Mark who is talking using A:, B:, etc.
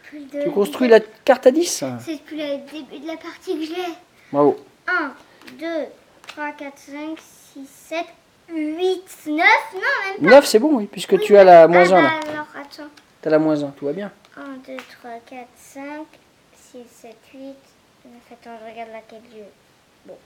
A: depuis de-
B: Tu construis la carte à 10
A: C'est depuis le début de la partie que je l'ai.
B: Bravo.
A: 1, 2, 3, 4, 5, 6, 7, 8, 9. Non, même
B: 9, c'est bon, oui, puisque
A: Oui,
B: tu as la
A: ah
B: moins
A: bah
B: 1 là.
A: alors, attends.
B: Tu as la moins 1, tout va bien.
A: 1, 2, 3, 4, 5, 6, 7, 8, 9. Attends, je regarde laquelle je. Bon,